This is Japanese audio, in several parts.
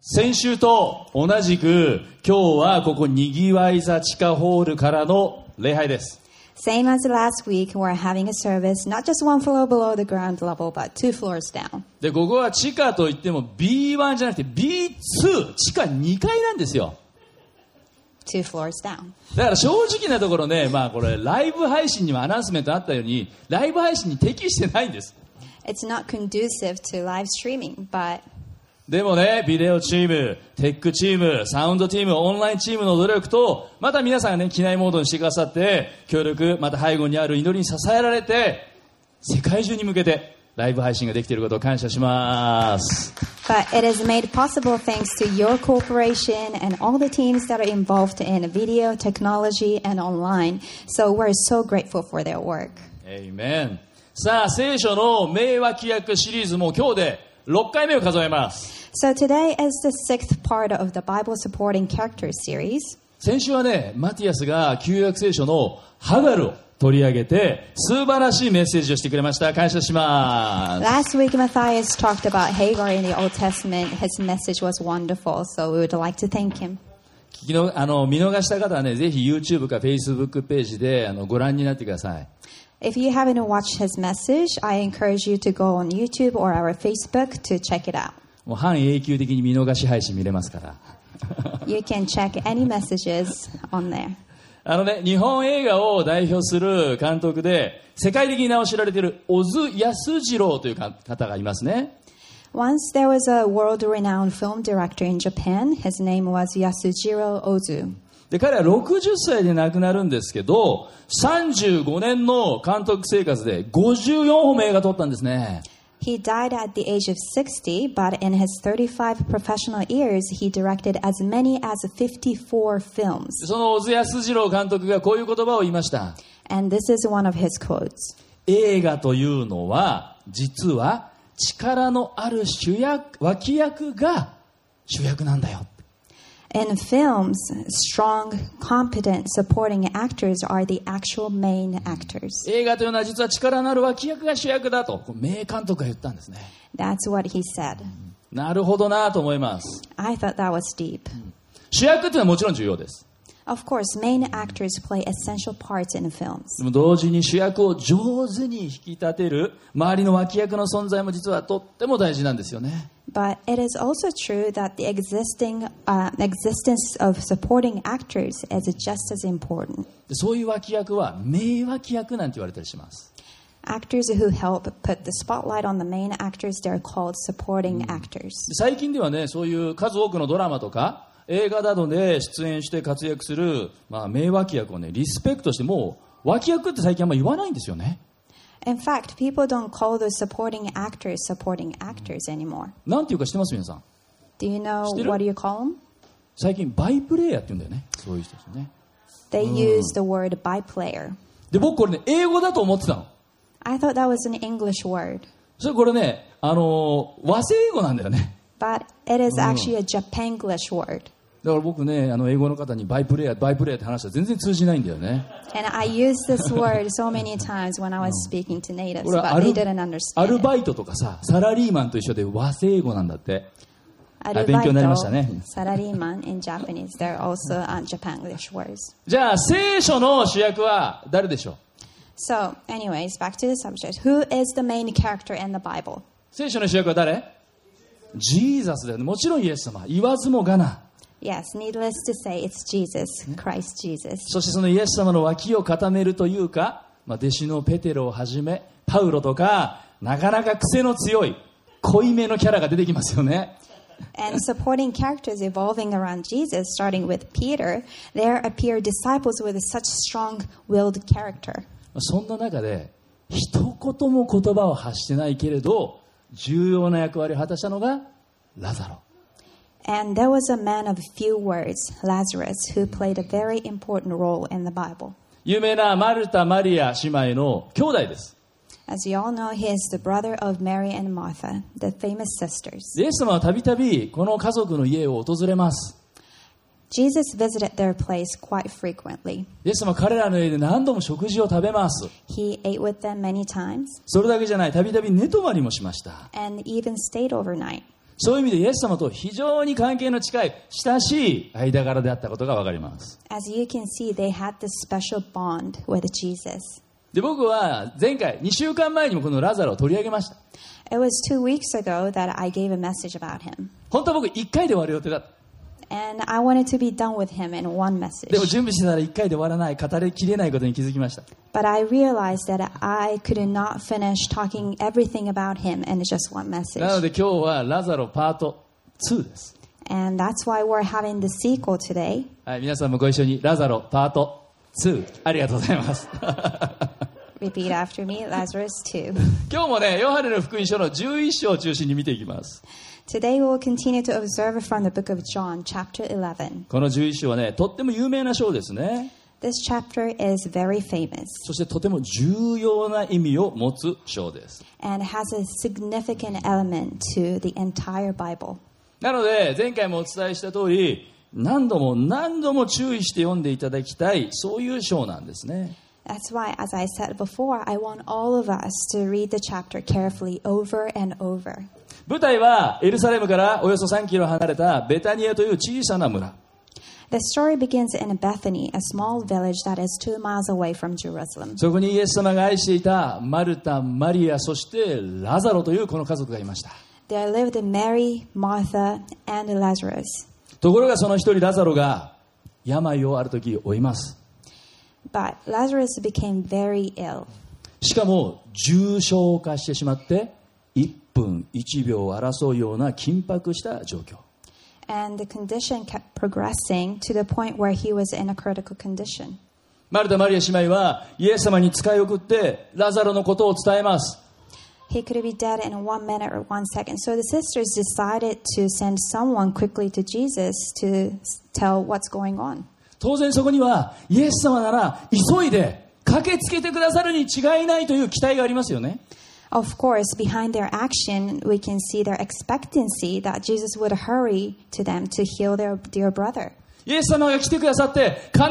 先週と同じく、今日はここ、にぎわい座地下ホールからの礼拝です。 Same as last week, we're having a service not just one floor below the ground level, but two floors down. で、ここは地下といっても B1 じゃなくて B2、地下2階なんですよ。 Two floors down. だから正直なところね、まあこれ、ライブ配信にもアナウンスメントあったように、ライブ配信に適してないんです。 It's not conducive to live streaming, but でもね、ビデオチーム、テックチーム、サウンドチーム、オンラインチームの努力と、また皆さんがね、機内モードにしてくださって、協力、また背後にある祈りに支えられて、世界中に向けて、ライブ配信ができていることを感謝します。 but it is made possible thanks to your corporation and all the teams that are involved in video, technology, and online. So we're so grateful for their work. エイメン。さあ、聖書の名脇役シリーズも今日で6回目を数えます。 So today is the sixth part of the Bible supporting characters series. 先週はね、マティアスが旧約聖書のハガルを取り上げて、素晴らしいメッセージをしてくれました。感謝します。 Last week, Matthias talked about Hagar in the Old Testament. His message was wonderful, so we would like to thank him. 聞きのあの見逃した方はね、ぜひ YouTube か Facebook ページであのご覧になってください。 If you haven't watched his message, I encourage you to go on YouTube or our Facebook to check it out. もう半永久的に見逃し配信見れますから。 You can check any messages on there. あのね、日本映画を代表する監督で、世界的に名を知られている小津安二郎というか方がいますね。 Once there was a world renowned film director in Japan. His name was Yasujiro Ozu. で彼は60歳で亡くなるんですけど35年の監督生活で54本も映画撮ったんですね He died at the age of 60, but in his 35 professional years, he directed as many as 54 films. その小津安二郎監督がこういう言葉を言いました And this is one of his quotes. 映画というのは実は力のある主役脇役が主役なんだよ In films, strong, competent supporting actors are the actual main actors. 映画というのは実は力のある脇役が主役だとこう名監督が言ったんですね That's what he said. なるほどなと思います I thought that was deep. 主役というのはもちろん重要です Of course, main actors play essential parts in films. でも同時に主役を上手に引き立てる周りの脇役の存在も実はとっても大事なんですよね But it is also true that the existing uh, existence of supporting actors is just as important. でそういう脇役は名脇役なんて言われたりします Actors who help put the spotlight on the main actors, they're called supporting actors. で最近ではねそういう数多くのドラマとか映画などで出演して活躍する、まあ、名脇役をねリスペクトしてもう脇役って最近あんま言わないんですよね In fact, people don't call those supporting actors supporting actors anymore. なんていうか知ってます皆さん Do you know Still- what do you call them? 最近バイプレイヤーって言うんだよねそういう人ですね They use the word by player. で僕これね英語だと思ってたの I thought that was an English word, それこれねあのー和製英語なんだよね but it is actually a Japanglish word. だから僕ね、あの英語の方にバイプレイヤー、バイプレイヤーって話したら全然通じないんだよね。 And I used this word so many times when I was speaking to natives, 俺はア but ル they didn't アル understand. バイトとかさ、サラリーマンと一緒で和製英語なんだって。 Arubaito, 勉強になりましたね。 Salaryman in Japanese, they're also uh, Japanglish words. じゃあ、聖書の主役は誰でしょう So, anyways, back to the subject. Who is the main character in the Bible? 聖書の主役は誰ジーザスだよね。もちろんイエス様。言わずもがな。 Yes, needless to say, it's Jesus, Christ Jesus. そしてそのイエス様の脇を固めるというか、まあ、弟子のペテロをはじめ、パウロとか、なかなか癖の強い、濃いめのキャラが出てきますよね。 And supporting characters evolving around Jesus, starting with Peter, there appear disciples with such strong willed character. そんな中で一言も言葉を発してないけれど重要な役割を果たしたのがラザロ And there was a man of few words, Lazarus, who played a very important role in the Bible. 有名なマルタ・マリア姉妹の兄弟です As you all know, he is the brother of Mary and Martha, the famous sisters. でイエス様はたびたびこの家族の家を訪れます Jesus visited their place quite frequently. イエス様は彼らの家で何度も食事を食べます He ate with them many times それだけじゃないたびたび寝泊まりもしました and even stayed overnight. そういう意味でイエス様と非常に関係の近い親しい間柄であったことがわかります As you can see, they had this special bond with Jesus. で僕は前回2週間前にもこのラザロを取り上げました It was two weeks ago that I gave a message about him. 本当は僕1回で終わる予定だった And I wanted to be done with him in one でも message. 準備してたら1回で終わらない語りきれないことに気づきました But I realized that I could not finish talking everything about him in just one なの message. で今日はラザロパート2です、 And that's why we're having the sequel today. はい、皆さんもご一緒にラザロパート2ありがとうございます Repeat after me Lazarus 2. 今日もねヨハネの福音書の11章を中心に見ていきます Today we will continue to observe from the book of John, chapter 11. この11章はねとっても有名な章ですね This chapter is very famous そしてとても重要な意味を持つ章です and has a significant element to the entire Bible. なので前回もお伝えした通り何度も何度も注意して読んでいただきたいそういう章なんですね That's why, as I said before, I want all of us to read the chapter carefully over and over. 舞台はエルサレムからおよそ3キロ離れたベタニアという小さな村 The story begins in Bethany, a small village that is two miles away from Jerusalem. そこにイエス様が愛していたマルタ、マリア、そしてラザロというこの家族がいました。 There lived Mary, Martha, and Lazarus. ところがその一人ラザロが病をある時負います。 But Lazarus became very ill. しかも重症化してしまって1分1秒を争うような緊迫した状況。 And the condition kept progressing to the point where he was in a critical condition. マルタ、マリア姉妹はイエス様に使い送ってラザロのことを伝えます。 He could be dead in one minute or one second. So the sisters decided to send someone quickly to Jesus to s- tell what's going on. 当然そこにはイエス様なら急いで駆けつけてくださるに違いないという期待がありますよね。 Of course, behind their action, we can see their expectancy that Jesus would hurry to them to heal their dear brother. イエス様が来てくださって、必ず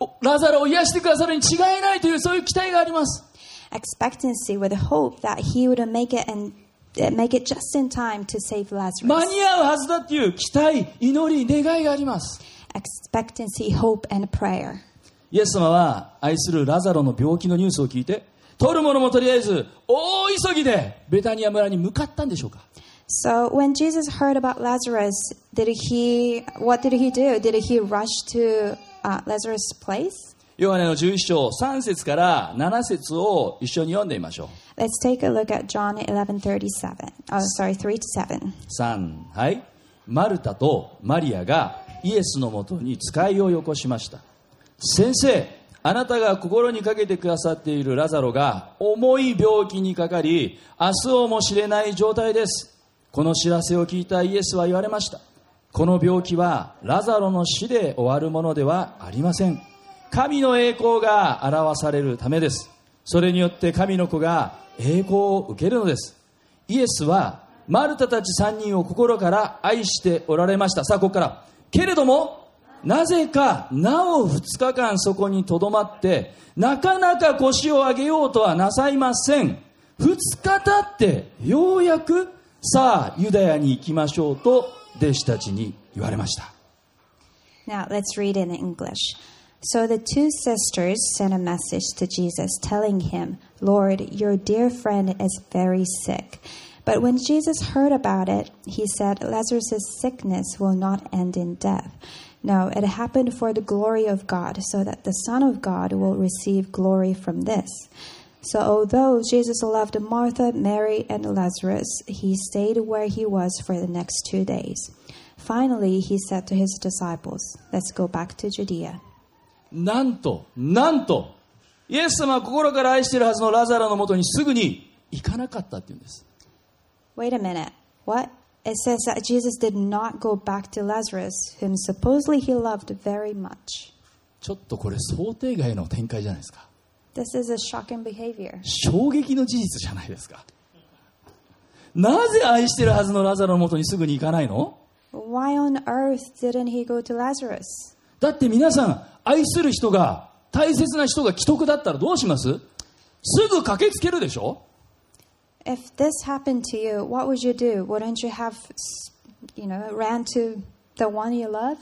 おラザロを癒してくださるに違いないという、そういう期待があります。 Expectancy with hope that he would make it and uh, make it just in time to save 間 Lazarus. に合うはずだっていう期待、祈り、願いがあります。 Expectancy, hope, and prayer. イエス様は愛するラザロの病気のニュースを聞いて、取るものもとりあえず、大急ぎでベタニア村に向かったんでしょうか。 So when Jesus heard about Lazarus, did he? What did he do? Did he rush to uh, Lazarus' place? ヨハネの11章3節から7節を一緒に読んでみましょう。 Let's take a look at John eleven thirty seven. Oh, sorry, three to seven. 3はいマルタとマリアがイエスのもとに使いをよこしました先生あなたが心にかけてくださっているラザロが重い病気にかかり明日をも知れない状態ですこの知らせを聞いたイエスは言われましたこの病気はラザロの死で終わるものではありません神の栄光が表されるためですそれによって神の子が栄光を受けるのですイエスはマルタたち3人を心から愛しておられましたさあここからけれどもなぜかなお2日間そこにとどまってなかなか腰を上げようとはなさいません2日経ってようやくさあユダヤに行きましょうと弟子たちに言われました Now let's read in English. So the two sisters sent a message to Jesus telling him, Lord, your dear friend is very sick. But when Jesus heard about it, he said, Lazarus' sickness will not end in death. No, it happened for the glory of God, so that the Son of God will receive glory from this. So although Jesus loved Martha, Mary, and Lazarus, he stayed where he was for the next two days. Finally, he said to his disciples, Let's go back to Judea. なんとなんとイエス様は心から愛しているはずのラザロのもとにすぐに行かなかったっていうんです Wait a minute. What? It says that Jesus did not go back to Lazarus, whom supposedly he loved very much. ちょっとこれ想定外の展開じゃないですか This is a shocking behavior. 衝撃の事実じゃないですかなぜ愛してるはずのラザロのもとにすぐに行かないの Why on earth didn't he go to Lazarus? だって皆さん愛する人が大切な人が既得だったらどうしますすぐ駆けつけるでしょ if this happened to you, what would you do? Wouldn't you have, you know, ran to the one you love?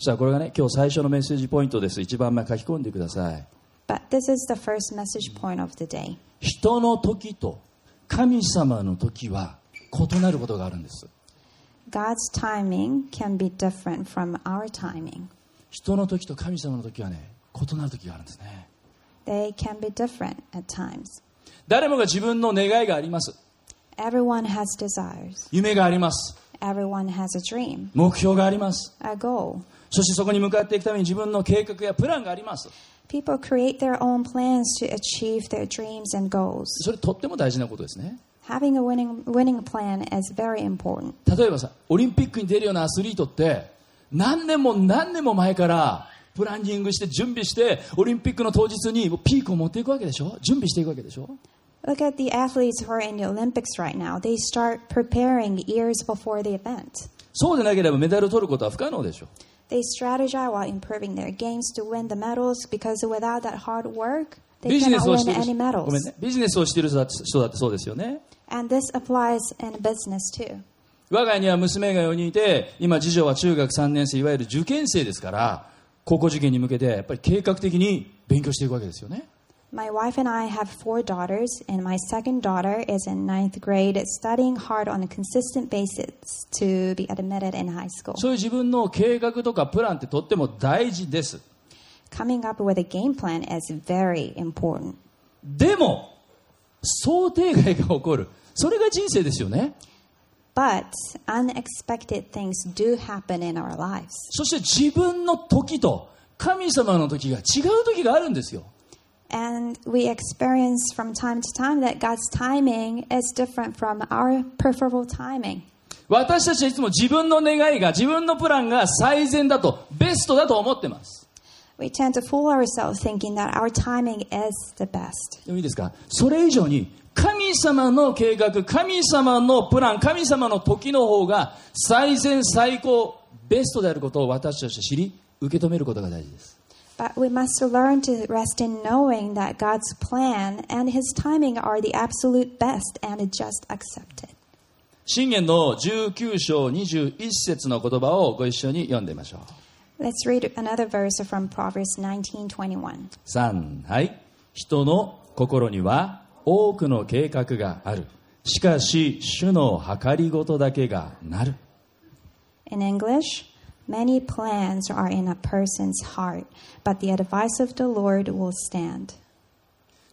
さあこれがね今日最初のメッセージポイントです一番前書き込んでください But this is the first message point of the day. 人の時と神様の時は異なることがあるんです God's timing can be different from our timing. 人の時と神様の時はね異なる時があるんですね They can be different at times. 誰もが自分の願いがあります Everyone has desires. 夢があります Everyone has a dream, 目標があります a goal. そしてそこに向かっていくために自分の計画やプランがあります People create their own plans to achieve their dreams and goals. それとっても大事なことですね Having a winning, winning plan is very important. 例えばさオリンピックに出るようなアスリートって何年も何年も前からプランニングして準備してオリンピックの当日にもうピークを持っていくわけでしょ準備していくわけでしょ Look at the athletes who are in the Olympics right now. They start preparing years before the event. そうでなければメダルを取ることは不可能でしょ They strategize while improving their games to win the medals because without that hard work, ビ they ジネ cannot スをして win いる any 人ごめん medals. ねビジネスをしている人だって人だってそうですよね And this applies in business too. 我が家には娘が4人いて今次女は中学3年生いわゆる受験生ですから高校受験に向けてやっぱり計画的に勉強していくわけですよね My wife and I have four daughters, and my second daughter is in ninth grade, studying hard on a consistent basis to be admitted in high school. そういう自分の計画とかプランってとっても大事です Coming up with a game plan is very important. でも想定外が起こるそれが人生ですよね But unexpected things do happen in our lives. そして自分の時と神様の時が違う時があるんですよ And we experience from time to time that God's timing is different from our preferable timing. 私たちはいつも自分の願いが自分のプランが最善だとベストだと思ってます We tend to fool ourselves thinking that our timing is the best. でもいいですかそれ以上に神様の計画神様のプラン神様の時の方が最善最高ベストであることを私たちは知り受け止めることが大事です But we must learn to rest in knowing that God's plan and His timing are the absolute best and just accept it. 信玄の19章21節の言葉をご一緒に読んでみましょう Let's read another verse from Proverbs 19:21. 3はい人の心には多くの計画があるしかし主の計りごとだけがなる In English, many plans are in a person's heart, but the advice of the Lord will stand.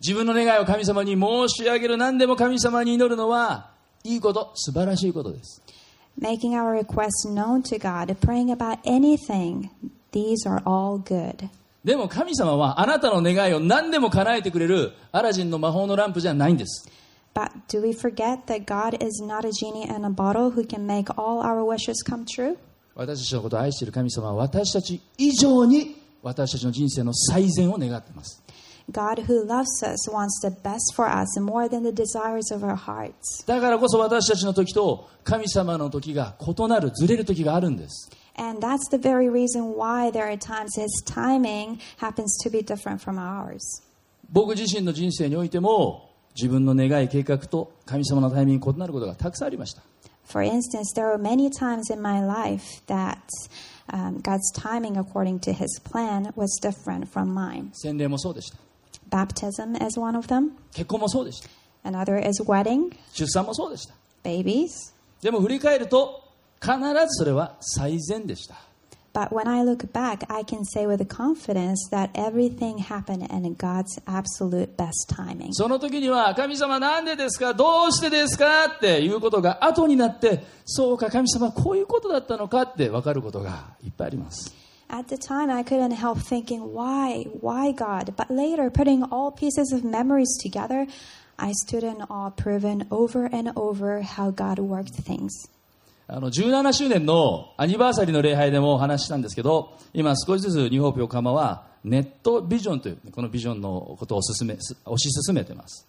自分の願いを神様に申し上げる何でも神様に祈るのはいいこと素晴らしいことです Making our requests known to God, praying about anything, these are all good. でも神様はあなたの願いを何でも叶えてくれるアラジンの魔法のランプじゃないんです But do we forget that God is not a genie in a bottle who can make all our wishes come true? 私たちのことを愛している神様は私たち以上に私たちの人生の最善を願っています God who loves us wants the best for us more than the desires of our hearts. だからこそ私たちの時と神様の時が異なるずれる時があるんです And that's the very reason why there are times his timing happens to be different from ours. 僕自身の人生においても自分の願い計画と神様のタイミング異なることがたくさんありました For instance, there were many times in my life that um, God's timing according to his plan was different from mine. 洗礼もそうでした Baptism is one of them, 結婚もそうでした another is wedding, 出産もそうでした babies. でも振り返ると必ずそれは最善でした But when I look back, I can say with confidence that everything happened in God's absolute best timing. その時には神様なんでですかどうしてですかっていうことが後になってそうか神様こういうことだったのかって分かることがいっぱいあります At the time, I couldn't help thinking, why, why God? But later, putting all pieces of memories together, I stood in awe, proven over and over how God worked things. あの17周年のアニバーサリーの礼拝でもお話ししたんですけど今少しずつニューホープ横浜はネットビジョンというこのビジョンのことを進めす推し進めてます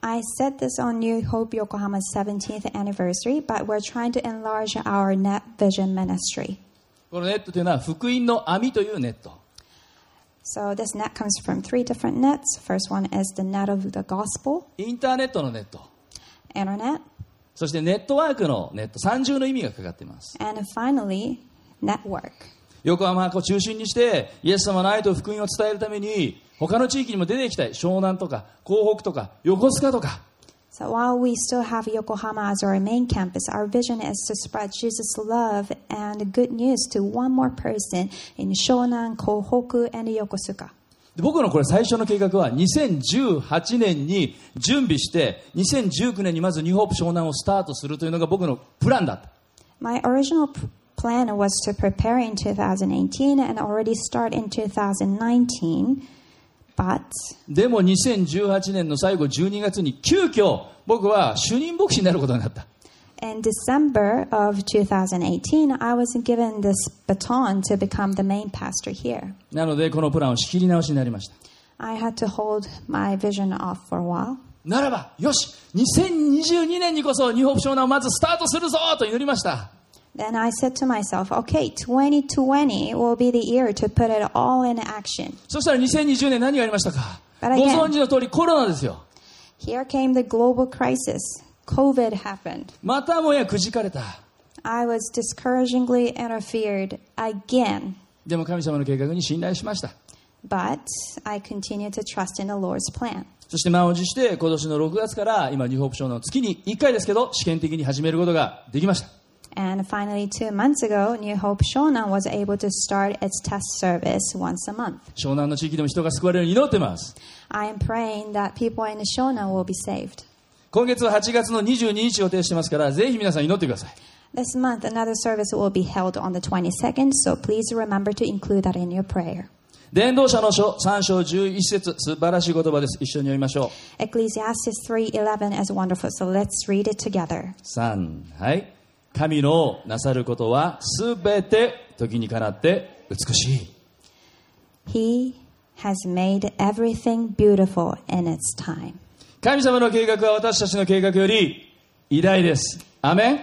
I said this on New Hope Yokohama's 17th anniversary, but we're trying to enlarge our Net Vision ministry. このネットというのは福音の網というネット So this net comes from three different nets. First one is the net of the gospel, インターネットのネット internet, そしてネットワークのネット30の意味がかかっています and finally, network. 横浜を中心にしてイエス様の愛と福音を伝えるために他の地域にも出ていきたい湘南とか港北とか横須賀とか So while we still have Yokohama as our main campus, our vision is to spread Jesus' love and good news to one more person in Shonan, Kohoku, and Yokosuka. で僕のこれ最初の計画は2018年に準備して2019年にまずニューホープ湘南をスタートするというのが僕のプランだった My original p- plan was to prepare in 2018 and already start in 2019, but でも2018年の最後12月に急遽僕は主任牧師になることになった。 in December of 2018, I was given this baton to become the main pastor here. なのでこのプランを仕切り直しになりました。 I had to hold my vision off for a while. ならば、よし !2022 年にこそ日本湘南をまずスタートするぞと祈りました。 Then I said to myself, okay, 2020 will be the year to put it all in action. そしたら2020年何がありましたか But again- ご存知の通りコロナですよ。 Here came the global crisis. COVID happened. またもやくじかれた。 I was discouragingly interfered again, でも神様の計画に信頼しました。 but I continued to trust in the Lord's plan. そして満を持して今年の6月から今日本湘南を月に1回ですけど試験的に始めることができました。 And finally, two months ago, New Hope Shonan was able to start its test service once a month. 湘南の地域でも人が救われるように祈ってます。 I am praying that people in Shonan will be saved. 今月は8月の22日予定してますから、ぜひ皆さん祈ってください。 This month, another service will be held on the 22nd, so please remember to include that in your prayer. 伝道者の書3章11節素晴らしい言葉です。一緒に読みましょ Ecclesiastes 3:11 is wonderful, so let's read it together. う。3、はい。神のなさることはすべて時にかなって美しい。 He has made everything beautiful in its time. 神様の計画は私たちの計画より偉大です。アメン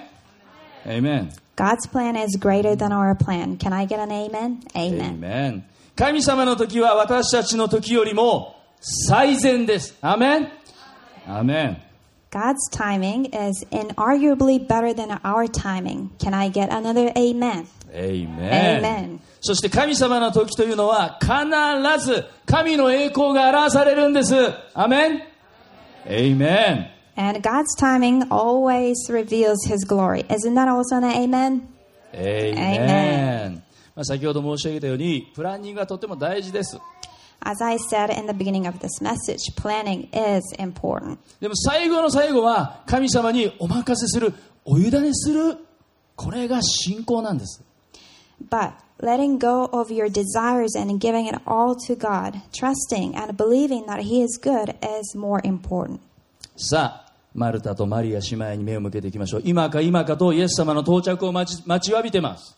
アメン。 God's plan is greater than our plan. Can I get an amen? ア Amen. メン。神様の時は私たちの時よりも最善です。アメンアメン。 God's timing is inarguably better than our timing. Can I get another amen? エイメン Amen そして神様の時というのは必ず神の栄光が表されるんです。アメンエイメ And God's timing always reveals his glory. Isn't that also an amen? ンエイメン Amen まあ先ほど申し上げたようにプランニングはとても大事です。 As I said in the beginning of this message, planning is important. でも最後の最後は神様にお任せする、お委ねする、これが信仰なんです。 But letting go of your desires and giving it all to God, trusting and believing that He is good, is more important. さあ、マルタとマリア姉妹に目を向けていきましょう。今か今かとイエス様の到着を待ち待ちわびてます。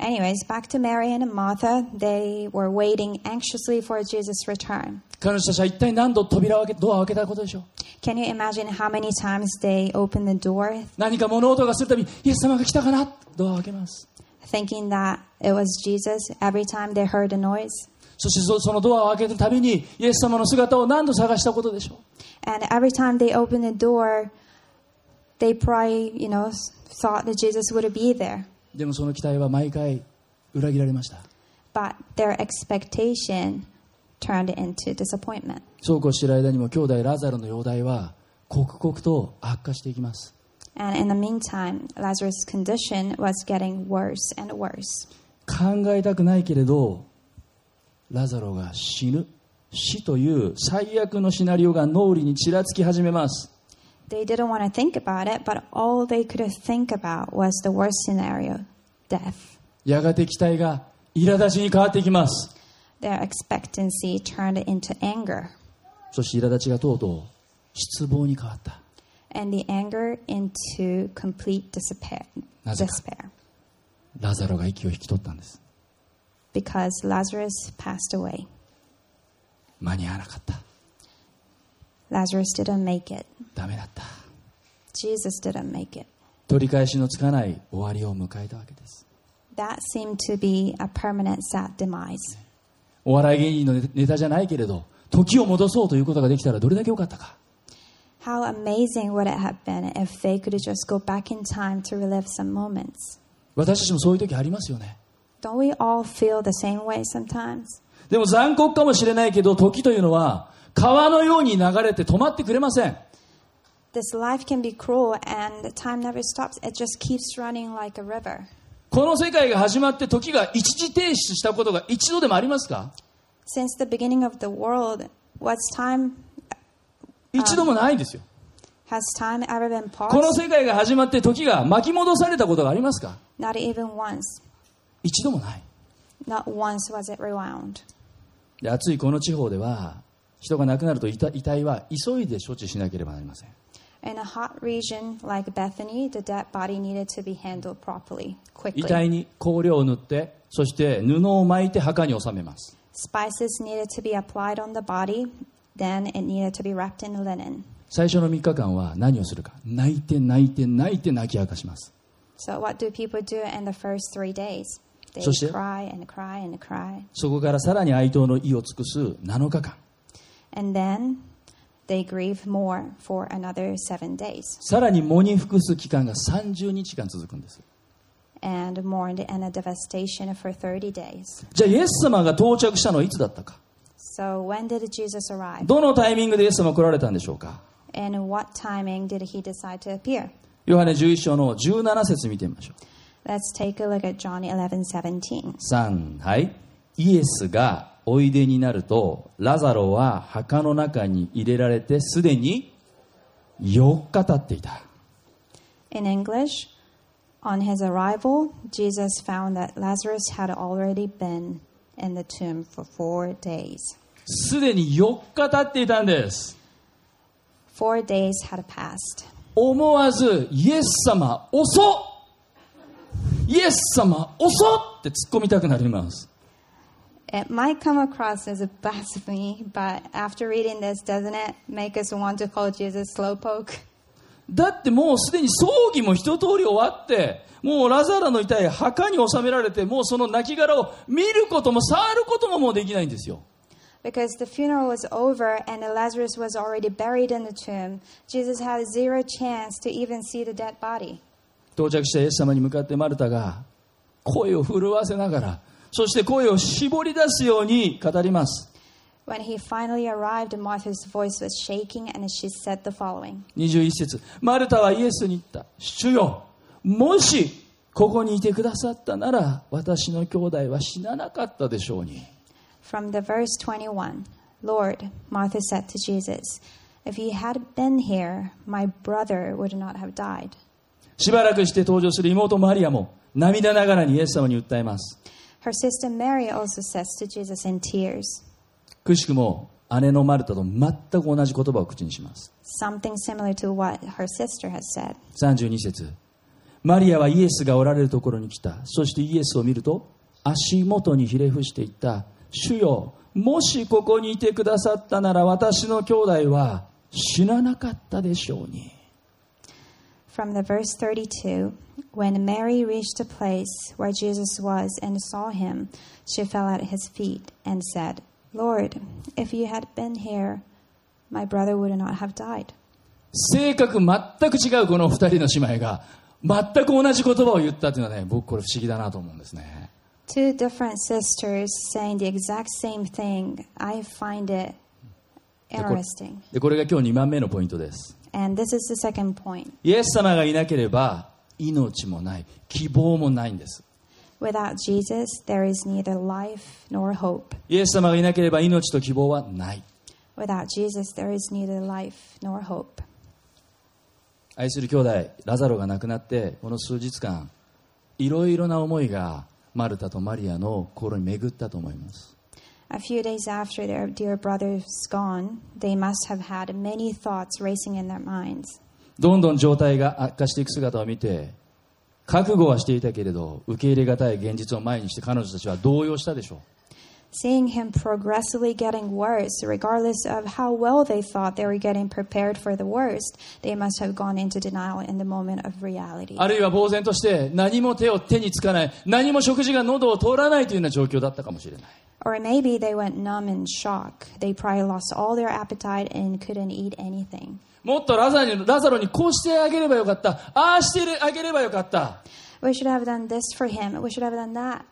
Anyways, back to Mary and Martha. They were waiting anxiously for Jesus' return. 彼女たちは一体何度扉を開け、ドアを開けたことでしょう Can you imagine how many times they opened the door 何か物音がするたびにイエス様が来たかなドアを開けます thinking that it was Jesus every time they heard a noise? そしてそそのドアを開けるたびにイエス様の姿を何度探したことでしょう And every time they opened the door, they probably, you know, thought that Jesus would be there. でもその期待は毎回裏切られました but their expectation turned into disappointment. そうこうしている間にも兄弟ラザロの容体は刻々と悪化していきます And in the meantime, Lazarus' condition was getting worse and worse. 考えたくないけれどラザロが死ぬ死という最悪のシナリオが脳裏にちらつき始めます They didn't want to think about it, but all they could think about was the worst scenario death. やがて期待が苛立ちに変わっていきます Their expectancy turned into anger, そして苛立ちがとうとう失望に変わった and the anger into complete despair. That's- despair. ラザロが息を引き取ったんです Because Lazarus passed away. 間に合わなかった。 Lazarus didn't make it. ダメだった。 Jesus didn't make it. 取り返しのつかない終わりを迎えたわけです。 That seemed to be a permanent sad demise. お笑い芸人のネタじゃないけれど、時を戻そうということができたらどれだけ良かったか。 How amazing would it have been if they could just go back in time to relive some moments? 私たちもそういう時ありますよね。 Don't we all feel the same way sometimes? でも残酷かもしれないけど、時というのは川のように流れて止まってくれません。 This life can be cruel and time never stops. It just keeps running like a river. この世界が始まって時が一時停止したことが一度でもありますか Since the beginning of the world, what's time 一度もないんですよ。 has time ever been この paused? 世界が始まって時が巻き戻されたことがありますか Not even once. 一度もない。 Not once was it rewound. で暑いこの地方では人が亡くなると遺体遺体は急いで処置しなければなりません In a hot region like Bethany, the dead body needed to be handled properly, 遺 quickly. 体に香料を塗ってそして布を巻いて墓に納めます Spices needed to be applied on the body, then it needed to be wrapped in linen. 最初の3日間は何をするか泣いて泣いて泣いて泣き明かします So, what do people do in the first three days? They そして？ cry and cry and cry. そこからさらに哀悼の意を尽くす7日間 And then they grieve more for another seven days さらに喪に服す期間が30日間続くんです and mourned and a devastation for 30 days. じゃあイエス様が到着したのはいつだったか So, when did Jesus arrive? どのタイミングでイエス様来られたんでしょうか And what timing did he decide to appear? ヨハネ11章の17節見てみましょう Let's take a look at John 11:17. 3はいイエスがおいでになるとラザロは墓の中に入れられてすでに4日経っていた In English, on his arrival, Jesus found that Lazarus had already been in the tomb for 4 days. すでに4日経っていたんです4 days had passed. 思わずイエス様遅っイエス様遅っって突っ込みたくなります It might come across as a blasphemy, but after reading this, doesn't it make us want to call Jesus slowpoke? だってもうすでに葬儀も一通り終わってもうラザロの遺体墓に納められてもうその亡骸を見ることも触ることももうできないんですよ Because the funeral was over and Lazarus was already buried in the tomb, Jesus had zero chance to even see the dead body. 到着したイエス様に向かってマルタが声を震わせながらそして声を絞り出すように語ります When he finally arrived, Martha's voice was shaking and she said the following 21節マルタはイエスに言った主よもしここにいてくださったなら私の兄弟は死ななかったでしょうに From the verse 21 Lord, Martha said to Jesus, If you had been here, my brother would not have died. しばらくして登場する妹マリアも涙ながらにイエス様に訴えます Her sister Mary also says to Jesus in tears くしくも姉のマルタと全く同じ言葉を口にします something similar to what her sister has said. 32節マリアはイエスがおられるところに来たそしてイエスを見ると足元にひれ伏していった主よもしここにいてくださったなら私の兄弟は死ななかったでしょうに From the verse 32 When Mary reached the place where Jesus was and saw him, she fell at his feet and said, Lord, if you had been here, my brother would not have died. 性格全く違うこの二人の姉妹が全く同じ言葉を言ったというのはね僕これ不思議だなと思うんですね Two different sisters saying the exact same thing. I find it でこれ interesting. でこれが今日2番目のポイントです And this is the second point. イエス様がいなければ命もない希望もないんです Without Jesus, there is neither life nor hope. イエス様がいなければ命と希望はない Without Jesus, there is neither life nor hope. 愛する兄弟ラザロが亡くなってこの数日間いろいろな思いがマルタとマリアの心に巡ったと思います A few days after their dear brother's gone, they must have had many thoughts racing in their minds. どんどん状態が悪化していく姿を見て覚悟はしていたけれど受け入れがたい現実を前にして彼女たちは動揺したでしょ Seeing him progressively getting worse, regardless of how well they thought they were getting prepared for the worst, they must have gone into denial in the moment of reality. うあるいは呆然として何も手を手につかない何も食事が喉を通らないというような状況だったかもしれない Or maybe they went numb in shock. They probably lost all their appetite and couldn't eat anything. もっとラザにラザロにこうしてあげればよかった。ああしてあげればよかった。 We should have done this for him. We should have done that.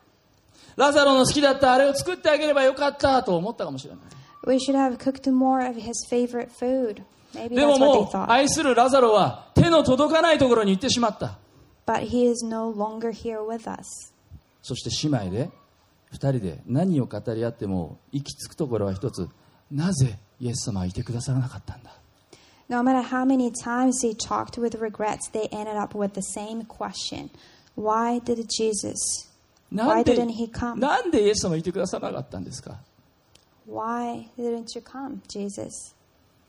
ラザロの好きだったあれを作ってあげればよかったと思ったかもしれない。 We should have cooked more of his favorite food. Maybe でも that's what も they う thought. 愛するラザロは手の届かないところに行ってしまった。 But he is no longer here with us. そして姉妹で二人で何を語り合っても行き着くところは一つ。なぜイエス様はいてくださらなかったんだ No matter how many times they talked with regrets, they ended up with the same question Why did Jesus? なんで Why didn't he come? なんでイエス様いてくださらなかったんですか Why didn't you come, Jesus?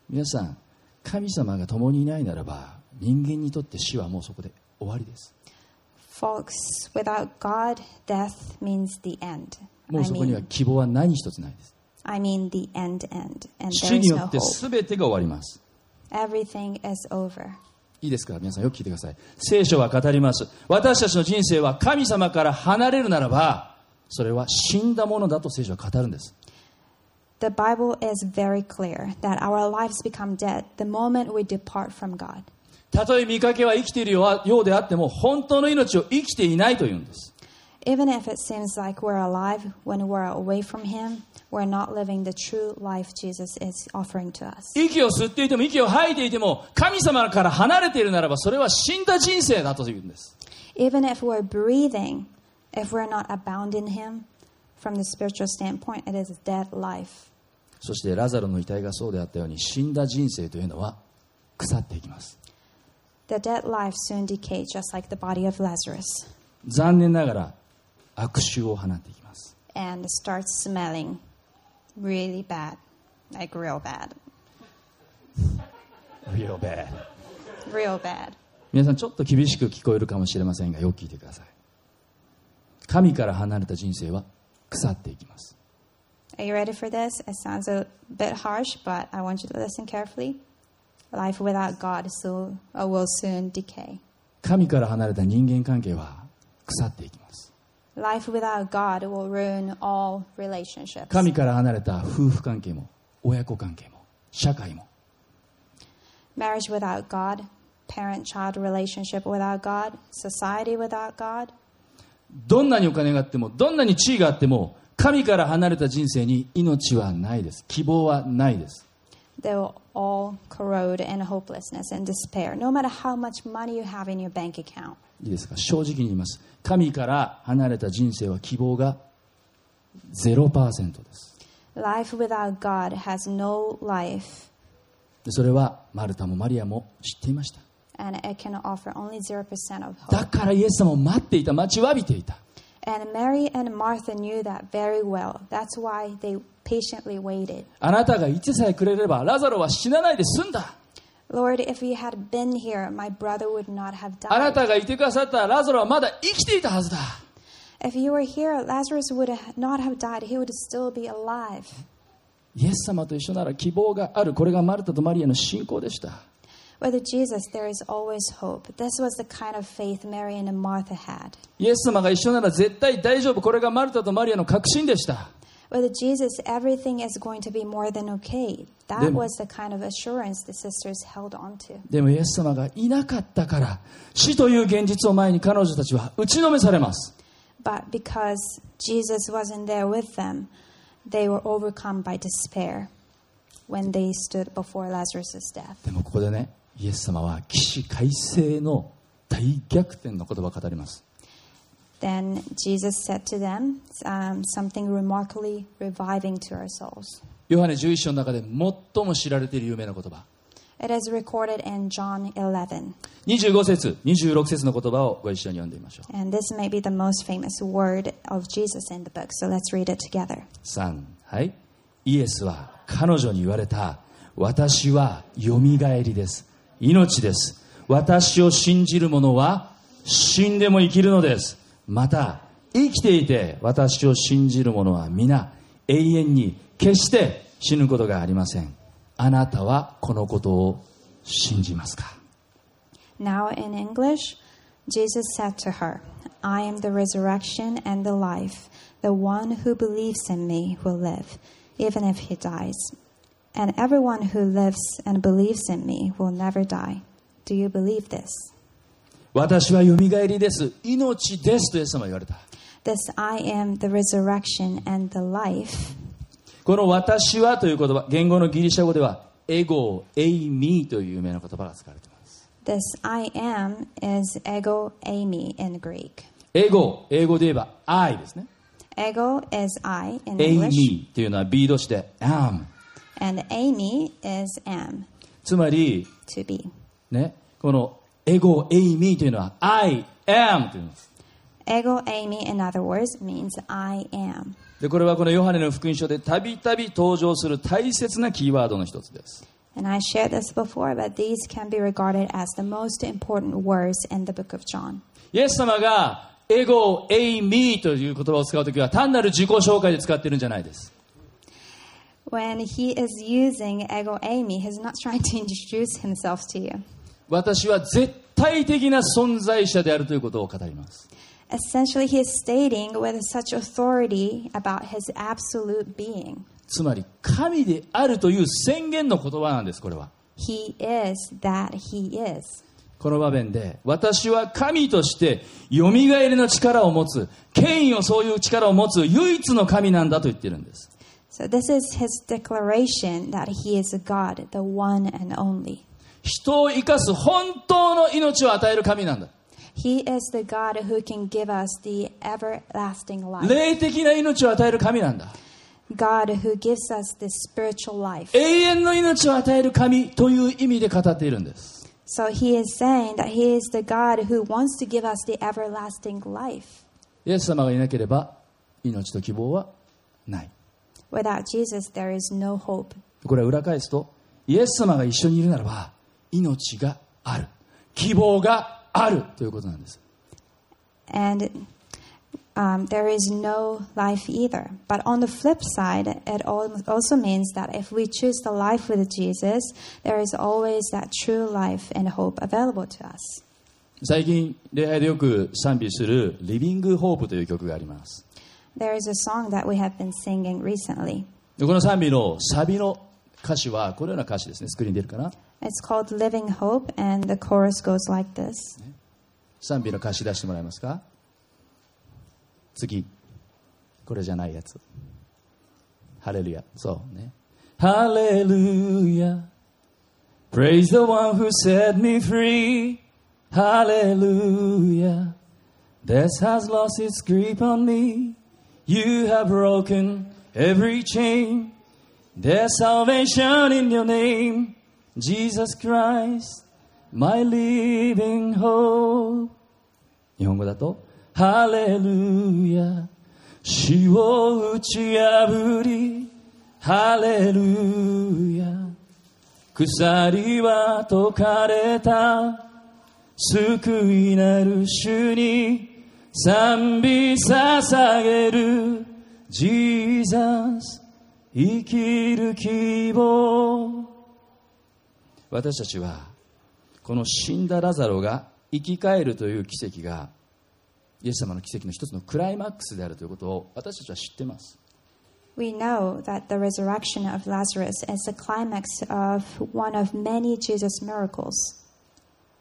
皆さん神様が共にいないならば人間にとって死はもうそこで終わりです Folks, without God, death means the end. もう I そこには mean, 希望は何一つないです I mean the end, end. And 死 there's に no よって hope. 全てが終わります Everything is over. いいですか皆さんよく聞いてください聖書は語ります私たちの人生は神様から離れるならばそれは死んだものだと聖書は語るんです The Bible is very clear that our lives become dead the moment we depart from God. たとえ見かけは生きているようであっても本当の命を生きていないというんです Even if it seems like we're alive when we're away from Him, we're not living the true life Jesus is offering to us. 息を吸っていても息を吐いていても神様から離れているならばそれは死んだ人生だというんです Even if we're breathing, if we're not abounding Him, from the spiritual standpoint, it is a dead life. そしてラザロの遺体がそうであったように死んだ人生というのは腐っていきます The dead life soon decays, just like the body of Lazarus, 残念ながら悪臭を放っていきます and starts smelling really bad, like real bad, Real bad real bad. 皆さんちょっと厳しく聞こえるかもしれませんがよく聞いてください神から離れた人生は腐っていきます Are you ready for this? It sounds a bit harsh, but I want you to listen carefully. Life without God so, uh, will soon decay. 神から離れた人間関係は腐っていきます Life without God will ruin all relationships. 神から離れた夫婦関係も親子関係も社会も Marriage without God, parent child relationship without God, society without God. どんなにお金があってもどんなに地位があっても神から離れた人生に命はないです希望はないです They will all corrode in hopelessness and despair, no matter how much money you have in your bank account. いいですか正直に言います神から離れた人生は希望が0%です Life without God has no life, でそれはマルタもマリアも知っていました and it can offer only 0% of hope. だからイエス様を待っていた待ちわびていた And Mary and Martha knew that very well. That's why they patiently waited. あなたがいてさえくれればラザロは死なないで済んだ Lord, if you had been here, my brother would not have あな died. たがいてくださったらラザロはまだ生きていたはずだ If you were here, Lazarus would ha- not have died. He would still be alive. イエス様と一緒なら希望があるこれがマルタとマリアの信仰でした With Jesus, there is always hope. This was the kind of faith Mary and Martha had. イエス様が一緒なら絶対大丈夫これがマルタとマリアの確信でした With Jesus, everything is going to be more than okay. That Then- was the kind of assurance the sisters held on to. でもイエス様がいなかったから死という現実を前に彼女たちは打ちのめされます But because Jesus wasn't there with them, they were overcome by despair when they stood before Lazarus' death. でもここでねイエス様は起死回生の大逆転の言葉を語ります Then Jesus said to them um, something remarkably reviving to our souls. ヨハネ11章の中で最も知られている有名な言葉 It is recorded in John 11, 25節26節の言葉をご一緒に読んでみましょう and this may be the most famous word of Jesus in the book, so let's read it together. 3はいイエスは彼女に言われた私はよみがえりです命です私を信じる者は死んでも生きるのですまた生きていて私を信じる者は皆永遠に決して死ぬことがありませんあなたはこのことを信じますか Now in English, Jesus said to her, I am the resurrection and the life. The one who believes in me will live, even if he dies. And everyone who lives and believes in me will never die. Do you believe this? 私はよみがえりです。命ですとイエス様は言われた。 This I am the resurrection and the life. この私はという言葉、言語のギリシャ語では、エゴ、エイミーという有名な言葉が使われています。 This I am is ego eimi in Greek. エゴ、英語で言えば、I ですね。 Ego is I in エイ English, ミーというのは B 動詞で、am。 and eimi is am, つまり、 to be. ね、このエゴ、エイミーというのは、I am というんです。 Ego eimi, in other words, means I am. で、これはこのヨハネの福音書でたびたび登場する大切なキーワードの一つです。 And I shared this before, but these can be regarded as the most important words in the book of John. イエス様が、エゴ、エイミーという言葉を使うときは、単なる自己紹介で使ってるんじゃないです。 When he is using ego eimi, he's not trying to introduce himself to you. 私は絶対的な存在者であるということを語ります。 Essentially, he is stating with such authority about his absolute being. つまり、神であるという宣言の言葉なんです、これは。 He is that he is. この場面で、私は神として、蘇りの力を持つ、権威をそういう力を持つ、唯一の神なんだと言ってるんです。 So, this is his declaration that he is a God, the one and only. 人を生かす本当の命を与える神なんだ。 He is the God who can give us the everlasting life. 霊的な命を与える神なんだ。 God who gives us the spiritual life. 永遠の命を与える神という意味で語っているんです。 So he is saying that he is the God who wants to give us the everlasting life. イエス様がいなければ、命と希望はない。 Without Jesus, there is no hope. これは裏返すと、イエス様が一緒にいるならば、命がある。希望があるということなんです。 And um, there is no life either. But on the flip side, it al- also means that if we choose the life with Jesus, there is always that true life and hope available to us. 最近、礼拝でよく賛美する、リビングホープという曲があります。 There is a song that we have been singing recently. でこの賛美のサビの歌詞は、このような歌詞ですね。スクリーン出るかな It's called Living Hope, and the chorus goes like this. 賛美の歌詞出してもらえますか次これじゃないやつハレルヤそうねハレルヤ Praise the one who set me free Hallelujah Death has lost its grip on me You have broken every chain There's salvation in your name Jesus Christ My living hope 日本語だと「ハレルヤ」「死を打ち破り」「ハレルヤ」「鎖は解かれた」「救いなる主に賛美捧げる」「Jesus 生きる希望」私たちはこの死んだラザロが生き返るという奇跡がイエス様の奇跡の一つのクライマックスであるということを私たちは知ってます。 We know that the resurrection of Lazarus is the climax of one of many Jesus miracles.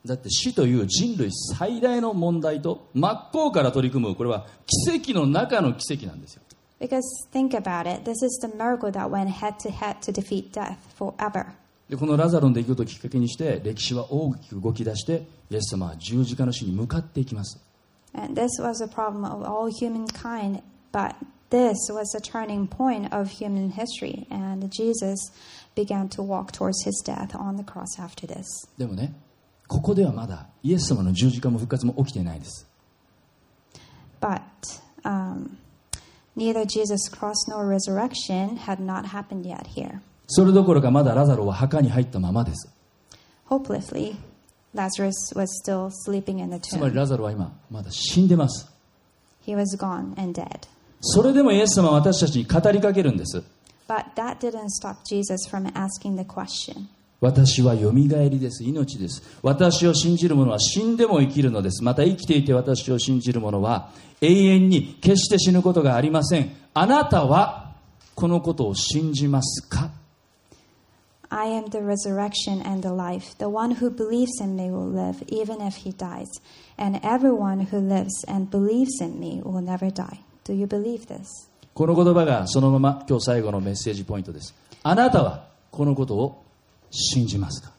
だって死という人類最大の問題と真っ向から取り組むこれは奇跡の中の奇跡なんですよ。 Because think about it, this is the miracle that went head to head to defeat death forever. でこのラザロの出来事をきっかけにして歴史は大きく動き出してイエス様は十字架の死に向かっていきます。 And this was a problem of all humankind, but this was the turning point of human history, and Jesus began to walk towards his death on the cross after this. でもね、ここではまだイエス様の十字架も復活も起きていないです。 But um, neither Jesus' cross nor resurrection had not happened yet here. それどころかまだラザロは墓に入ったままです。 Hopelessly, Lazarus was still sleeping in the つまり tomb. ラザロは今まだ死んでます。 He was gone and dead. それでもイエス様は私たちに語りかけるんです。 But that didn't stop Jesus from asking the question 私はよみがえりです。命です。私を信じる者は死んでも生きるのです。また生きていて私を信じる者は永遠に決して死ぬことがありません。あなたはこのことを信じますか I am the resurrection and the life. The one who believes in me will live, even if he dies. And everyone who lives and believes in me will never die. Do you believe this? この言葉がそのまま今日最後のメッセージポイントです。あなたはこのことを信じますか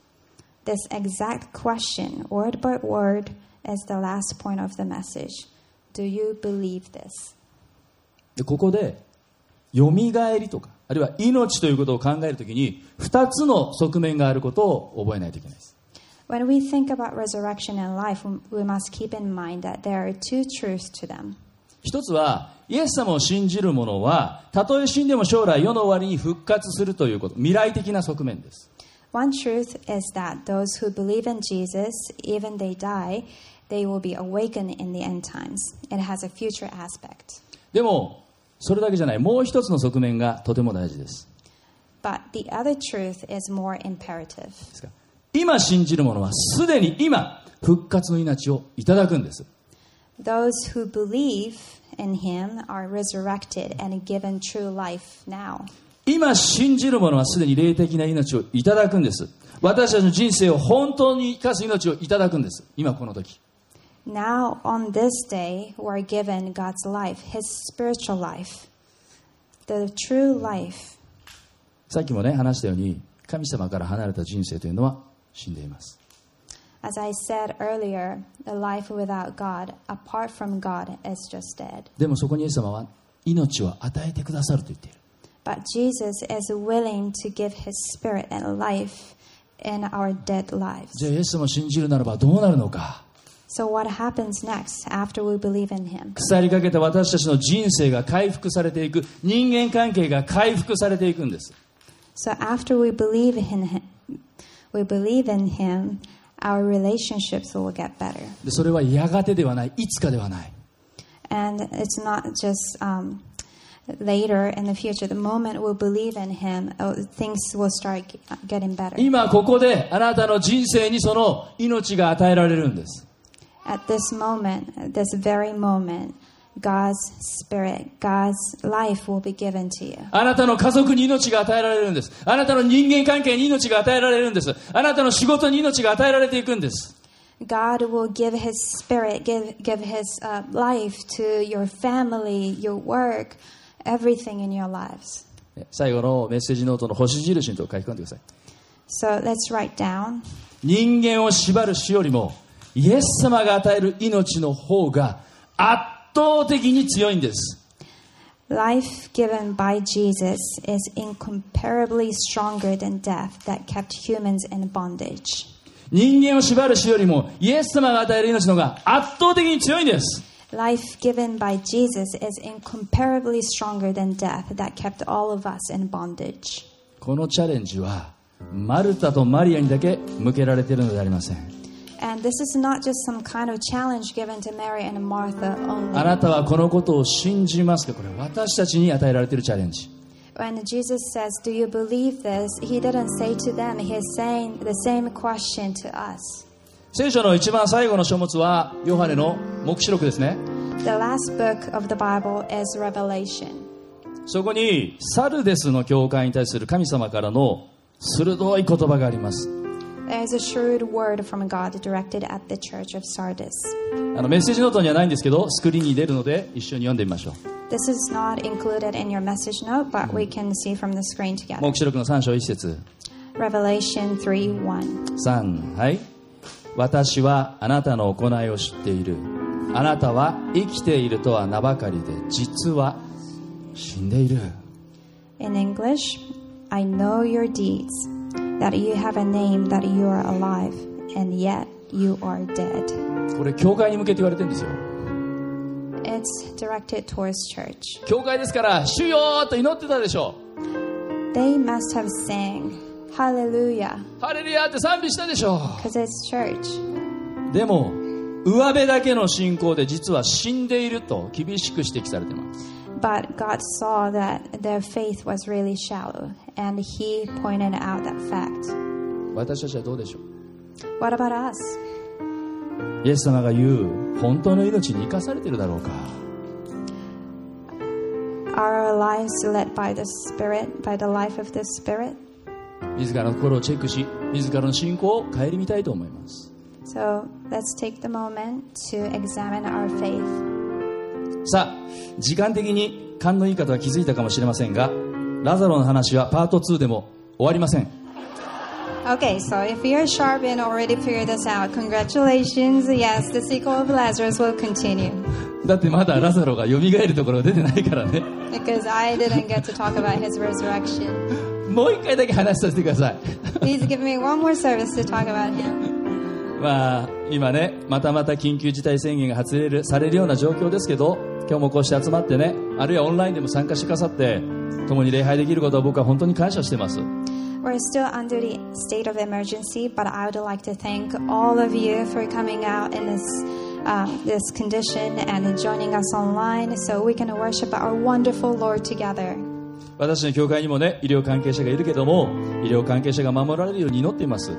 This exact question, word by word, is the last point of the message. Do you believe this? でここでよみがえりとかあるいは命ということを考えるときに2つの側面があることを覚えないといけないです When we think about resurrection and life, we must keep in mind that there are two truths to them. 一つはイエス様を信じる者はたとえ死んでも将来世の終わりに復活するということ未来的な側面です One truth is that those who believe in Jesus, even they die, they will be awakened in the end times. It has a future aspect. でもそれだけじゃないもう一つの側面がとても大事です But the other truth is more imperative. ですから今信じる者はすでに今復活の命をいただくんです Those who believe in him are resurrected and given true life now. 今信じる者はすでに霊的な命をいただくんです私たちの人生を本当に生かす命をいただくんです今この時 Now, on this day, we're given God's life, his spiritual life, the true life. さっきもね話したように神様から離れた人生というのは死んでいます As I said earlier, a life without God, apart from God, is just dead. でもそこにイエス様は命を与えてくださると言っている But Jesus is willing to give his spirit and life in our dead じ lives. ゃあイエス様を信じるならばどうなるのか So, what happens next after we believe in him? 腐りかけた私たちの人生が回復されていく人間関係が回復されていくんです So, after we believe in him, we believe in him, our relationships will get better. でそれはやがてではないいつかではない And it's not just um, later in the future. The moment we believe in him, oh, things will start g- uh, getting better. 今ここであなたの人生にその命が与えられるんです At this moment, at this very moment, God's spirit, God's life will be given to you. あなたの家族に命が与えられるんです。あなたの人間関係に命が与えられるんです。あなたの仕事に命が与えられていくんです。 God will give His spirit, give, give His uh, life to your family, your work, everything in your lives. 最後のメッセージノートの星印のとこ書き込んでください。 So let's write down 人間を縛る死よりも、イエス様が与える命の方が圧倒的に強いんです。 life given by Jesus is incomparably stronger than death that kept humans in bondage. 人間を縛る死よりも、イエス様が与える命の方が圧倒的に強いんです。 Life given by Jesus is incomparably stronger than death that kept all of us in bondage. このチャレンジは、マルタとマリアにだけ向けられているのではありません。 And this is not just some kind of challenge given to Mary and Martha あ only. なたはこのことを信じますかこれ私たちに与えられているチャレンジ When Jesus says, Do you believe this? He didn't say to them, He is saying the same question to us. 聖書の一番最後の書物はヨハネの黙示録ですね The last book of the Bible is Revelation. そこにサルデスの教会に対する神様からの鋭い言葉があります There is a shrewd word from God directed at the church of Sardis. あのメッセージノートにはないんですけどスクリーンに出るので一緒に読んでみましょう This is not included in your message note, but we can see from the screen together. 黙示録の3章1節 Revelation 3 1. 3はい私はあなたの行いを知っているあなたは生きているとは名ばかりで実は死んでいる In English, I know your deeds, that you have a name, that you are alive, and yet you are dead. これ教会に向けて言われてるんですよ It's directed towards church. 教会ですから主よと祈ってたでしょ They must have sang Hallelujah, ハレルヤって賛美したでしょ because it's church. でも上辺だけの信仰で実は死んでいると厳しく指摘されてます、 But God saw that their faith was really shallow, and He pointed out that fact. 私たちはどうでしょう What about us? イエス様が言う本当の命に生かされているだろうか Are our lives led by the Spirit, by the life of the Spirit? 自らの心をチェックし自らの信仰を顧みたいと思います So let's take the moment to examine our faith. さあ時間的に勘のいい方は気づいたかもしれませんがラザロの話はパート2でも終わりません Okay, so if you're sharp and already figured this out, congratulations. Yes, the sequel of Lazarus will continue だってまだラザロが蘇るところ出てないからね because I didn't get to talk about his resurrection. もう一回だけ話させてください Please give me one more service to talk about him. まあ今ねまたまた緊急事態宣言が発令されるような状況ですけど今日もこうして集まってねあるいはオンラインでも参加してくださって共に礼拝できることは僕は本当に感謝してます We're still under the state of emergency, but I would like to thank all of you for coming out in this um, this condition and joining us online, so we can worship our wonderful Lord together. 私の教会にもね医療関係者がいるけども医療関係者が守られるように祈っています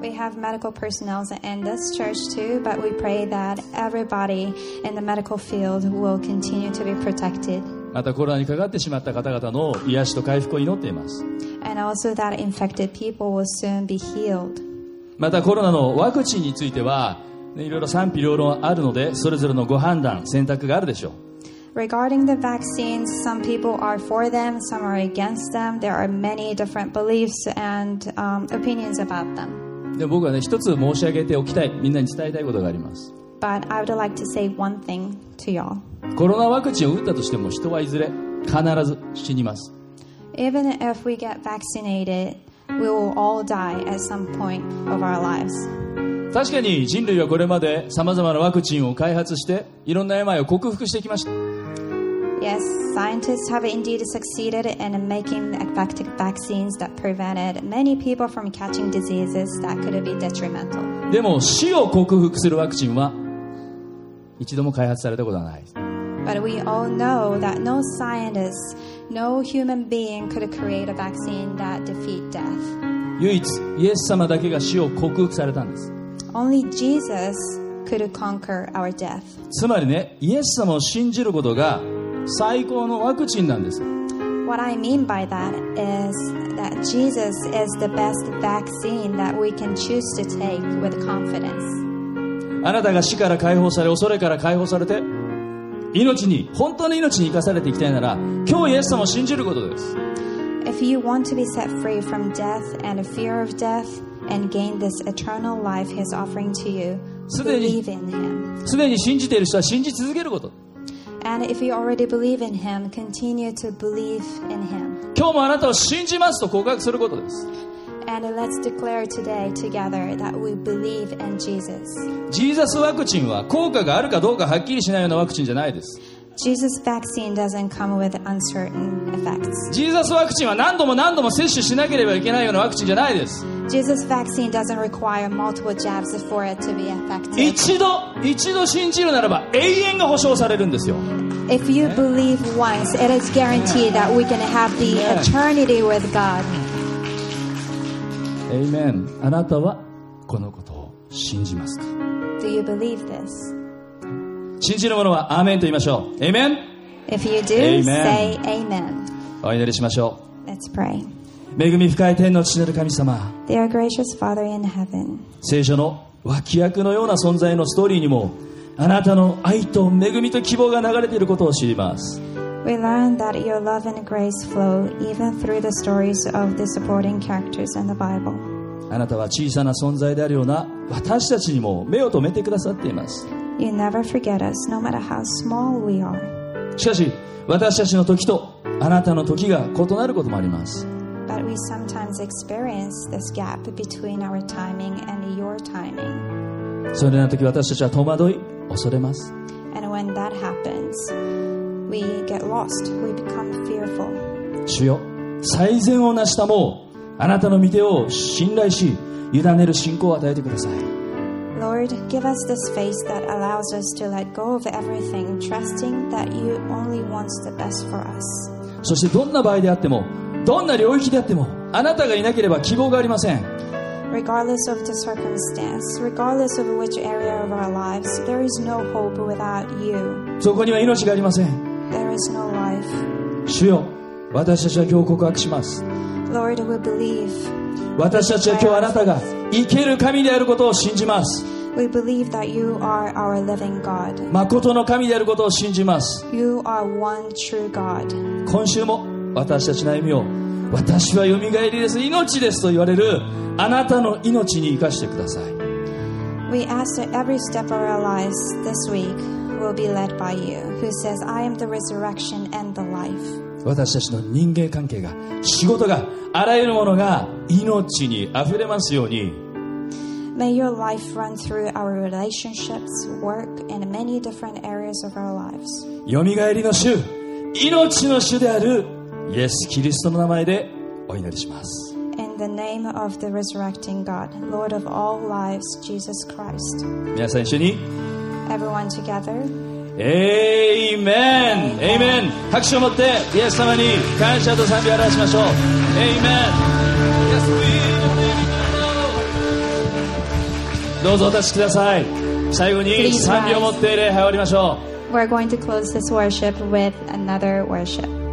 We have medical personnel in this church too, but we pray that everybody in the medical field will continue to be protected, またコロナにかかってしまった方々の癒しと回復を祈っています and also that infected people will soon be healed. またコロナのワクチンについてはねいろいろ賛否両論あるのでそれぞれのご判断選択があるでしょう Regarding the vaccines, some people are for them, some are against them. There are many different beliefs and um, opinions about them. で僕はね一つ申し上げておきたいみんなに伝えたいことがあります But I would like to say one thing to y'all. コロナワクチンを打ったとしても人はいずれ必ず死にます Even if we get vaccinated, we will all die at some point of our lives. 確かに人類はこれまでさまざまなワクチンを開発していろんな病を克服してきました Yes, scientists have indeed succeeded in making effective vaccines that prevented many people from catching diseases that could be detrimental. でも死を克服するワクチンは一度も開発されたことはない But we all know that no scientist, no human being could create a vaccine that defeat death. 唯一イエス様だけが死を克服されたんです Only Jesus could conquer our death. つまりねイエス様を信じることが最高のワクチンなんです What I mean by that is that Jesus is the best vaccine that we can choose to take with confidence. あなたが死から解放され恐れから解放されて命に本当の命に生かされていきたいなら今日イエス様を信じることです If you want to be set free from death and the fear of death and gain this eternal life He is offering to you, すでに believe in Him. すでに信じている人は信じ続けること And if you already believe in Him, continue to believe in Him. 今日もあなたを信じますと告白することです And let's declare today together that we believe in Jesus. ジーザスワクチンは効果があるかどうかはっきりしないようなワクチンじゃないです Jesus' vaccine doesn't come with uncertain effects. ジーザスワクチンは何度も何度も接種しなければいけないようなワクチンじゃないです Jesus' vaccine doesn't require multiple jabs for it to be effective. 一度一度信じるならば永遠が保証されるんですよ If you believe once, it is guaranteed that we can have the Yeah. eternity with God. エイメンあなたはこのことを信じますか Do you believe this? 信じる者はアーメンと言いましょうエイメン If you do, Amen. say amen. お祈りしましょ Let's pray. う恵み深い天の父なる神様 Dear gracious Father in heaven, 聖書の脇役のような存在のストーリーにもあなたの愛と恵みと希望が流れていることを知ります we learn that your love and grace flow even through the stories of the supporting characters in the Bible. あなたは小さな存在であるような私たちにも目を留めてくださっています You never forget us, no matter how small we are. しかし私たちの時とあなたの時が異なることもあります But we sometimes experience this gap between our timing and your timing. それらの時私たちは戸惑い恐れます And when that happens, we get lost, we become fearful. 主よ最善を成したもうあなたの御手を信頼し委ねる信仰を与えてください Lord, give us this faith that allows us to let go of everything, trusting that you only want the best for us. そしてどんな場合であってもどんな領域であってもあなたがいなければ希望がありません regardless of the circumstance, regardless of which area of our lives, there is no hope without you. そこには命がありません There is no life. 主よ私たちは今日告白します Lord, we believe. 私たちは今日あなたが生ける神であることを信じます We believe that you are our living God. 誠の神であることを信じます You are one true God. 今週も私たちの歩みを私はよみがえりです命ですと言われるあなたの命に生かしてください We ask that every step of our lives this week will be led by you, who says, I am the resurrection and the life. 私たちの人間関係が仕事があらゆるものが命にあふれますように May your life run through our relationships, work, and many different areas of our lives. よみがえりの主命の主であるイエス・キリストの名前でお祈りします In the name of the resurrecting God, Lord of all lives, Jesus Christ. 皆さん一緒に Everyone together. エイメンエイメン拍手を持ってイエス様に感謝と賛美を表しましょうエイメンどうぞお立ちください最後に Please rise. 賛美を持って礼拝を終わりましょう We're going to close this worship with another worship.